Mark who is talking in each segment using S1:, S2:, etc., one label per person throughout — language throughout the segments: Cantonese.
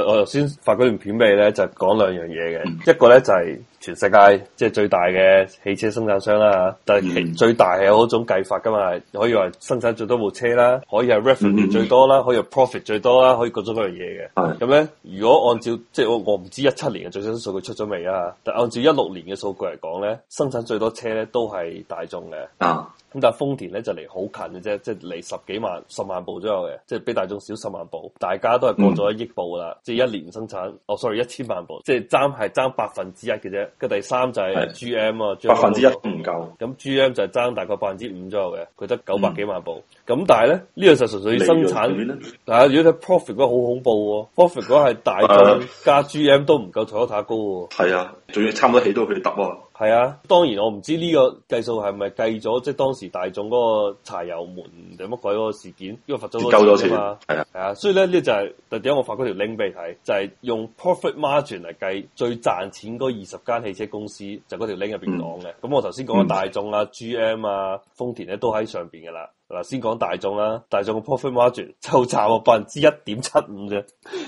S1: 我頭先發嗰段片俾你咧，就講兩樣嘢
S2: 嗯
S1: 嘅，一個咧就係、全世界即係最大嘅汽車生產商啦嚇，但係其
S2: 嗯
S1: 最大係有好種計法噶嘛，可以話生產最多部車啦，可以係 revenue
S2: 嗯
S1: 最多啦，可以係 profit 最多啦，可以各種各樣嘢嘅。
S2: 係
S1: 咁咧，如果按照即係我我唔知一七年嘅最新數據出咗未啊，但按照一六年嘅數據嚟講咧，生產最多車咧都係大眾嘅。
S2: 啊，
S1: 咁但係豐田咧就離好近嘅啫，即係離十幾萬、十萬部左右嘅，即係比大眾少十萬部。大家都係過咗一億部
S2: 嗯
S1: 啦，即係一年生產，哦，sorry，一千萬部，即係爭係爭百分之一嘅啫。跟住第三就係
S2: 係
S1: GM 啊，
S2: 百分之一都唔夠。
S1: 咁 GM 就係爭大概百分之五左右嘅，佢得九
S2: 嗯
S1: 百幾萬部。咁、但係咧，呢個就純粹生
S2: 利潤
S1: 產
S2: 率呢。
S1: 但係如果睇 profit 嗰個好恐怖喎、profit 嗰個係大
S2: 啊
S1: 眾加 GM 都唔夠 Toyota 高喎、
S2: 係啊，仲要差唔多起到佢哋揼啊！
S1: 係啊，當然我唔知呢個計數係咪計咗，即係當時大眾嗰個柴油門定乜鬼嗰個事件，因為罰咗好
S2: 折
S1: 多
S2: 鳩咗
S1: 錢
S2: 錢，
S1: 㗎嘛。
S2: 係啊，
S1: 係啊，所以咧呢就係特點，我發嗰條 link 俾你睇，就係、用 profit margin 嚟計最賺錢嗰二十間汽車公司，就嗰條 link 入邊講嘅。咁、我頭先講嘅大眾啊、GM 啊、豐田咧都喺上邊嘅啦。嗱，先講大眾啦，大眾嘅 profit margin 就賺我百分之一點七五啫，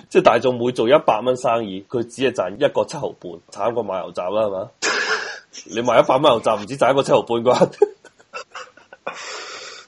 S1: 即係大眾每做一百蚊生意，佢只係賺一個七毫半，慘過賣油站啦，係嘛？你賣一百蚊油站唔止賺一個七毫半啩？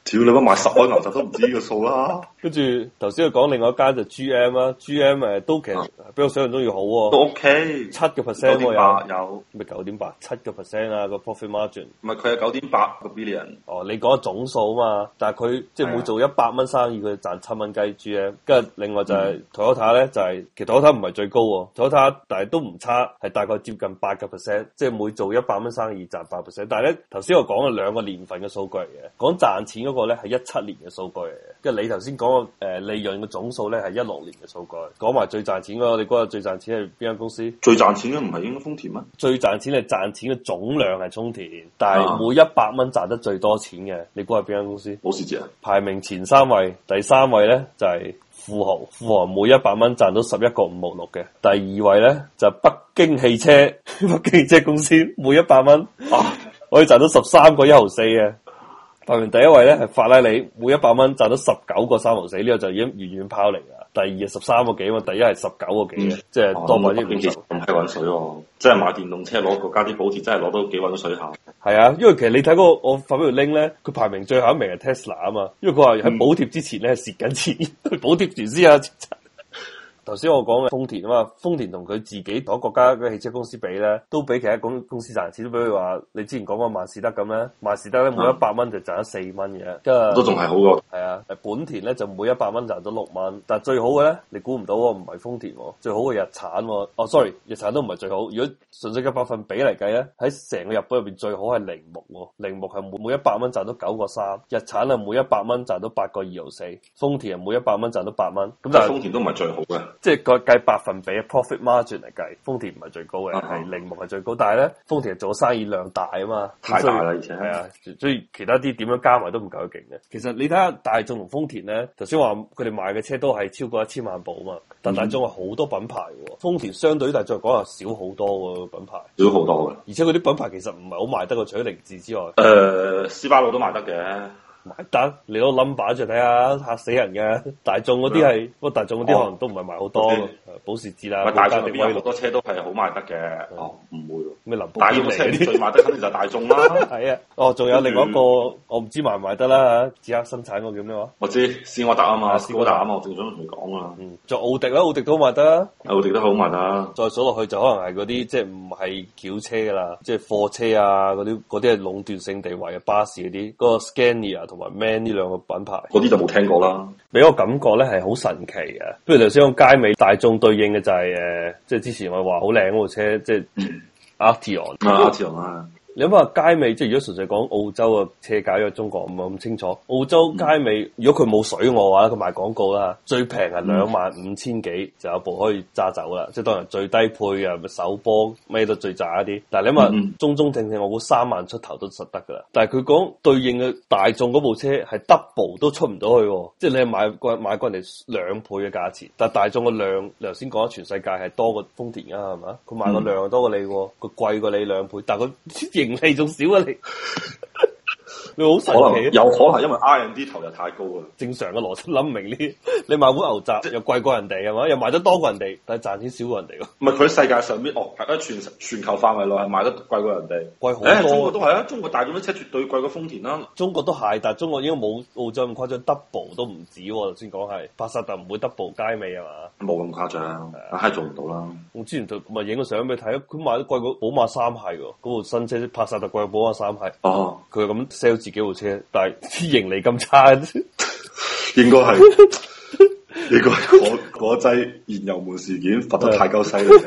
S2: 屌你媽買十安牛雜都唔止呢個數啦！
S1: 跟住頭先佢講另外一間就 GM 啦，GM 誒都其實比我想象中要好喎、
S2: 都 OK，
S1: 七個
S2: 九
S1: percent
S2: 點
S1: 喎
S2: 八
S1: 有，
S2: 有，
S1: 咪九點八七個 percent 啊個 profit margin。
S2: 唔係佢係九點八個 billion，
S1: 哦，你講總數啊嘛，但係佢即係
S2: 係啊
S1: 每做一百蚊生意，佢就賺七蚊雞 GM。跟住另外就
S2: 嗯
S1: 係 Toyota 咧，就係其實 Toyota 唔係最高喎，Toyota 但係都唔差，係大概接近八個 percent，即係每做一百蚊生意賺八 percent。但係咧頭先我講嘅兩個年份嘅數據嚟嘅，講賺錢嗰個咧係一七年嘅數據嚟嘅，跟住你頭先講個誒利潤嘅總數咧係一六年嘅數據，講埋最賺錢嗰個，你嗰日最賺錢係邊間公司？
S2: 最賺錢嘅唔係應該豐田咩？
S1: 最賺錢係賺錢嘅總量係充田，但係
S2: 啊
S1: 每一百蚊賺得最多錢嘅，你估係邊間公司？
S2: 保時捷啊，
S1: 排名前三位，第三位咧就係、富豪，富豪每一百蚊賺到十一個五毛六嘅。第二位咧就係北京汽車， 北京汽車公司每一百蚊
S2: 啊
S1: 可以賺到十三個一毫四嘅。排名第一位咧係法拉利，每一百蚊賺到十九個三毫四，呢個就已經遠遠拋離啦。第二係十三個幾嘛，第一係十九個幾嘅啊
S2: 嗯，
S1: 即係多百分之
S2: 北
S1: 五
S2: 京
S1: 十
S2: 汽。車咁係揾水喎，即係買電動車攞國家啲補貼，真係攞到幾揾水下。
S1: 係啊，因為其實你睇嗰個我發俾條 link 咧，佢排名最後一名係 Tesla 啊嘛，因為佢話喺補貼之前咧係蝕緊錢，佢補貼完先啊。頭先我講嘅豐田啊嘛，豐田同佢自己同一國家嘅汽車公司比咧，都比其他公公司賺錢，都比如話你之前講過萬事德咁咧，萬事德咧每一百蚊就賺咗四蚊嘅，跟
S2: 都
S1: 住
S2: 仲係好過。
S1: 係啊，誒本田咧就每一百蚊賺咗六蚊，但係最好嘅咧，你估唔到喎，唔係豐田喎，最好嘅日產喎，哦，sorry，日產都唔係最好。如果純粹嘅百分比嚟計咧，喺成個日本入邊最好係鈴木喎，鈴木係每每一百蚊賺到九個三，日產係每一百蚊賺到八個二毫四，豐田係每一百蚊賺到八蚊，咁但
S2: 但係
S1: 係
S2: 豐田都唔係最好嘅，
S1: 即係佢計百分比 profit margin 嚟計，豐田唔係最高嘅，
S2: 啊
S1: 係鈴木係最高，但係咧豐田係做生意量大啊嘛，
S2: 太大啦，
S1: 咁
S2: 而且
S1: 所以係啊，所以其他啲點樣加埋都唔夠佢勁嘅。其實你睇下大眾同豐田咧，頭先話佢哋賣嘅車都係超過一千萬部啊嘛，但大眾有好多品牌喎，豐田相對於大眾嚟講係少好多喎品牌，
S2: 少好多嘅。
S1: 而且佢啲品牌其實唔係好賣得過，除咗凌志之外，
S2: 誒、斯巴魯都賣得嘅，
S1: 賣得你攞 number 出嚟睇下，嚇死人嘅。大眾嗰啲係，不過大眾嗰啲
S2: 哦
S1: 可能都唔係賣好多啊
S2: 嗰啲，
S1: 保時捷啦，
S2: 咪大眾
S1: 家
S2: 入
S1: 迪
S2: 邊
S1: 威
S2: 有好
S1: 龍
S2: 多車都係好賣得嘅。哦，唔會喎，
S1: 咩林寶
S2: 大
S1: 堅尼
S2: 眾車
S1: 嗰
S2: 入邊
S1: 啲
S2: 最。賣得肯定就係大眾啦。
S1: 係啊，哦，仲有另外一個，我唔知賣唔賣得啦，只刻生產嗰個叫咩話？
S2: 我知斯柯達啊
S1: 啊
S2: 嘛，
S1: 斯
S2: 斯
S1: 柯
S2: 柯
S1: 達
S2: 達啊嘛，我正想同你講啊。
S1: 嗯，仲有奧迪啦，奧迪都賣得啊啦。
S2: 奧迪都好賣啦，
S1: 再數落去就可能係嗰啲即係唔係轎車噶啦，即係貨車啊嗰啲嗰啲係壟斷性地位嘅巴士嗰啲，嗰、個 Scania 同埋 Man 呢兩個品牌，
S2: 嗰啲就冇聽過啦。
S1: 俾我感覺咧係好神奇嘅。不如頭先講街尾大眾對應嘅就係、誒、即係之前我話好靚嗰部車，即係
S2: 嗯
S1: Artion。
S2: 啊，阿志龍啊，
S1: 你諗下街尾，即係如果純粹講澳洲嘅車價，因為中國唔係咁清楚。澳洲街
S2: 嗯
S1: 尾，如果佢冇水我嘅話，佢賣廣告啦，最平係兩萬五千幾就有部可以揸走啦。即係當然最低配啊，咪首波咩都最渣一啲。但係你諗
S2: 嗯
S1: 下
S2: 嗯
S1: 中中正正，我估三萬出頭都實得噶啦。但係佢講對應嘅大眾嗰部車係 double 都出唔到去喎，即係你係買過買過人哋兩倍嘅價錢，但係大眾嘅量，你頭先講全世界係多過豐田啊，係嘛？佢賣
S2: 嗯
S1: 個量多過你喎，佢貴過你兩倍，但係佢盈利仲少過你。 你好
S2: 可
S1: 神
S2: 能
S1: 奇啊，
S2: 有可能因為 R N D 投入太高啊，
S1: 正常嘅邏輯諗唔明呢。你買碗牛雜又貴過人哋係嘛，又賣得多過人哋，但係賺錢少過人哋喎，
S2: 唔係佢世界上邊哦，喺全全球範圍內係賣得貴過人哋。
S1: 貴
S2: 誒、
S1: 好
S2: 中
S1: 多
S2: 國。都係啊，中國大眾啲車絕對貴過豐田啦。
S1: 中國都係，但係中國應該冇澳洲咁誇張，double 都唔止喎。頭先講係百薩特唔會 double 街尾係嘛？
S2: 冇咁誇張，梗係做唔到啦。
S1: 我之前就咪影個相俾你睇，佢賣得貴過寶馬三系喎，嗰部新車帕薩特貴過寶馬三系，
S2: 哦，
S1: 佢係咁 sell 自己部車，但係啲盈利咁差，係
S2: 應 該係應該 係嗰嗰劑燃油門事件罰得太鳩犀利。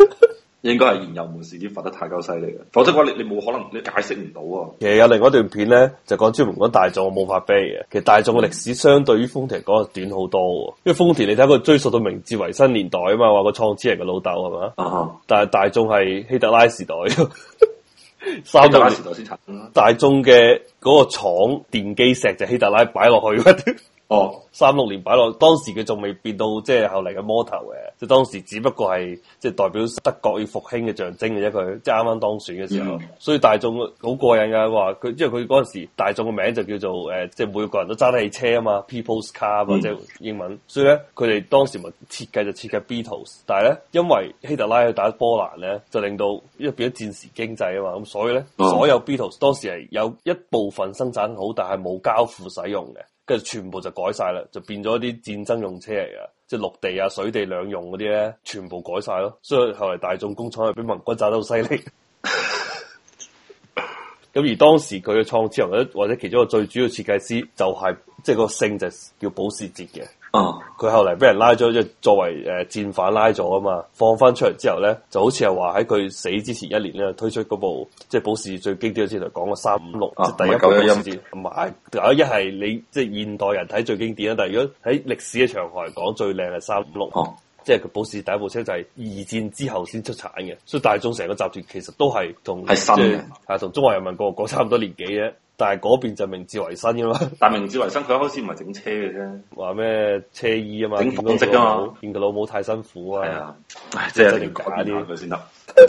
S2: 應該係燃油門事件罰得太鳩犀利嘅，否則嘅話你你冇可能你解釋唔到啊！
S1: 其實有另外一段片咧，就講專門講大眾，我冇法比嘅。其實大眾嘅歷史相對於豐田嚟講係短好多喎，因為豐田你睇佢追溯到明治維新年代啊嘛，話個創始人嘅老豆係嘛，
S2: 啊，
S1: 但係大眾係希特拉時代， 三
S2: 希特
S1: 六
S2: 拉
S1: 年
S2: 時。代先產生啦。
S1: 大眾嘅嗰個廠電機石就希特拉擺落去，
S2: 哦，
S1: 三六年擺落，當時佢仲未變到即係後嚟嘅魔頭嘅，即係當時只不過係即係代表德國要復興嘅象徵嘅啫，佢即係啱啱當選嘅時候，
S2: 嗯
S1: 所以大眾好過癮㗎話佢，因為佢嗰陣時大眾嘅名就叫做誒、呃即係每個人都揸得起車啊嘛，People's Car 啊嘛，
S2: 嗯
S1: 即係英文，所以咧佢哋當時咪設計就設計 Beatles，但係咧因為希特拉去打波蘭咧，就令到因為變咗戰時經濟啊嘛，咁所以咧、
S2: 哦
S1: 所有 Beatles 當時係有一部分生產好，但係冇交付使用嘅。跟住全部就改晒啦，就變咗啲戰爭用車嚟嘅，即係陸地啊、水地兩用嗰啲咧，全部改晒咯。所以後嚟大眾工廠係俾盟軍炸得好犀利。 咁而當時佢嘅創始人或者或者其中一個最主要設計師就係、即係個姓就叫保時捷嘅。
S2: 啊，
S1: 佢後嚟俾人拉咗，即係作為誒、呃、戰犯拉咗啊嘛，放翻出嚟之後咧，就好似係話喺佢死之前一年咧推出嗰部即係保時捷最經典嘅車台，講個三五六，
S2: 啊
S1: 即係第一部
S2: 唔係911
S1: 保時捷，唔係有一係你即係現代人睇最經典啦，但係如果喺歷史嘅長河嚟講，最靚係三五六。
S2: 哦，
S1: 即係佢保時捷第一部車就係二戰之後先出產嘅，所以大眾成個集團其實都係同
S2: 係新嘅
S1: 即係係同中華人民共和國差唔多年紀嘅，但係嗰邊就明治維新噶嘛。
S2: 但明治維新佢一開始唔係整車嘅啫，
S1: 話咩車衣啊嘛，
S2: 整
S1: 見到
S2: 紡織
S1: 佢老
S2: 啊嘛
S1: 母，見佢老母太辛苦
S2: 係
S1: 啊，
S2: 啊，唉，即係一定要改變下佢先得。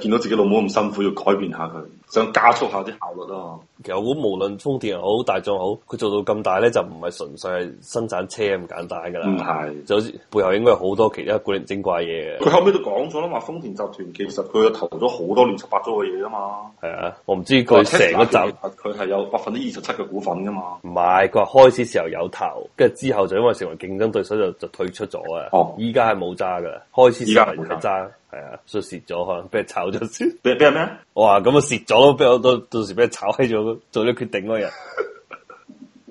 S2: 見到自己老母咁辛苦，要改變下佢，想加速下啲效率啊嘛。
S1: 其實我估無論豐田又好，大眾又好，佢做到咁大咧，就唔係純粹係生產車咁簡單噶啦，
S2: 唔嗯係，啊
S1: 就好似背後應該有好多其他古靈精怪嘢嘅。
S2: 佢後尾都講咗啦嘛，豐田集團其實佢投咗好多亂七八糟嘅嘢啊嘛。
S1: 係啊，我唔知佢成個集。
S2: 佢係有百分之二十七嘅股份噶嘛。
S1: 唔係，佢話開始時候有投，跟住之後就因為成為競爭對手就就退出咗啊。
S2: 哦
S1: 依家係冇揸噶啦，開始時候
S2: 依家係冇
S1: 係
S2: 揸
S1: 揸，係啊，所以蝕咗可能俾人炒咗先。 啊
S2: 俾俾人咩？
S1: 哇，咁啊蝕咗咯，俾我到到時俾人炒閪咗，做咗決定嗰個人。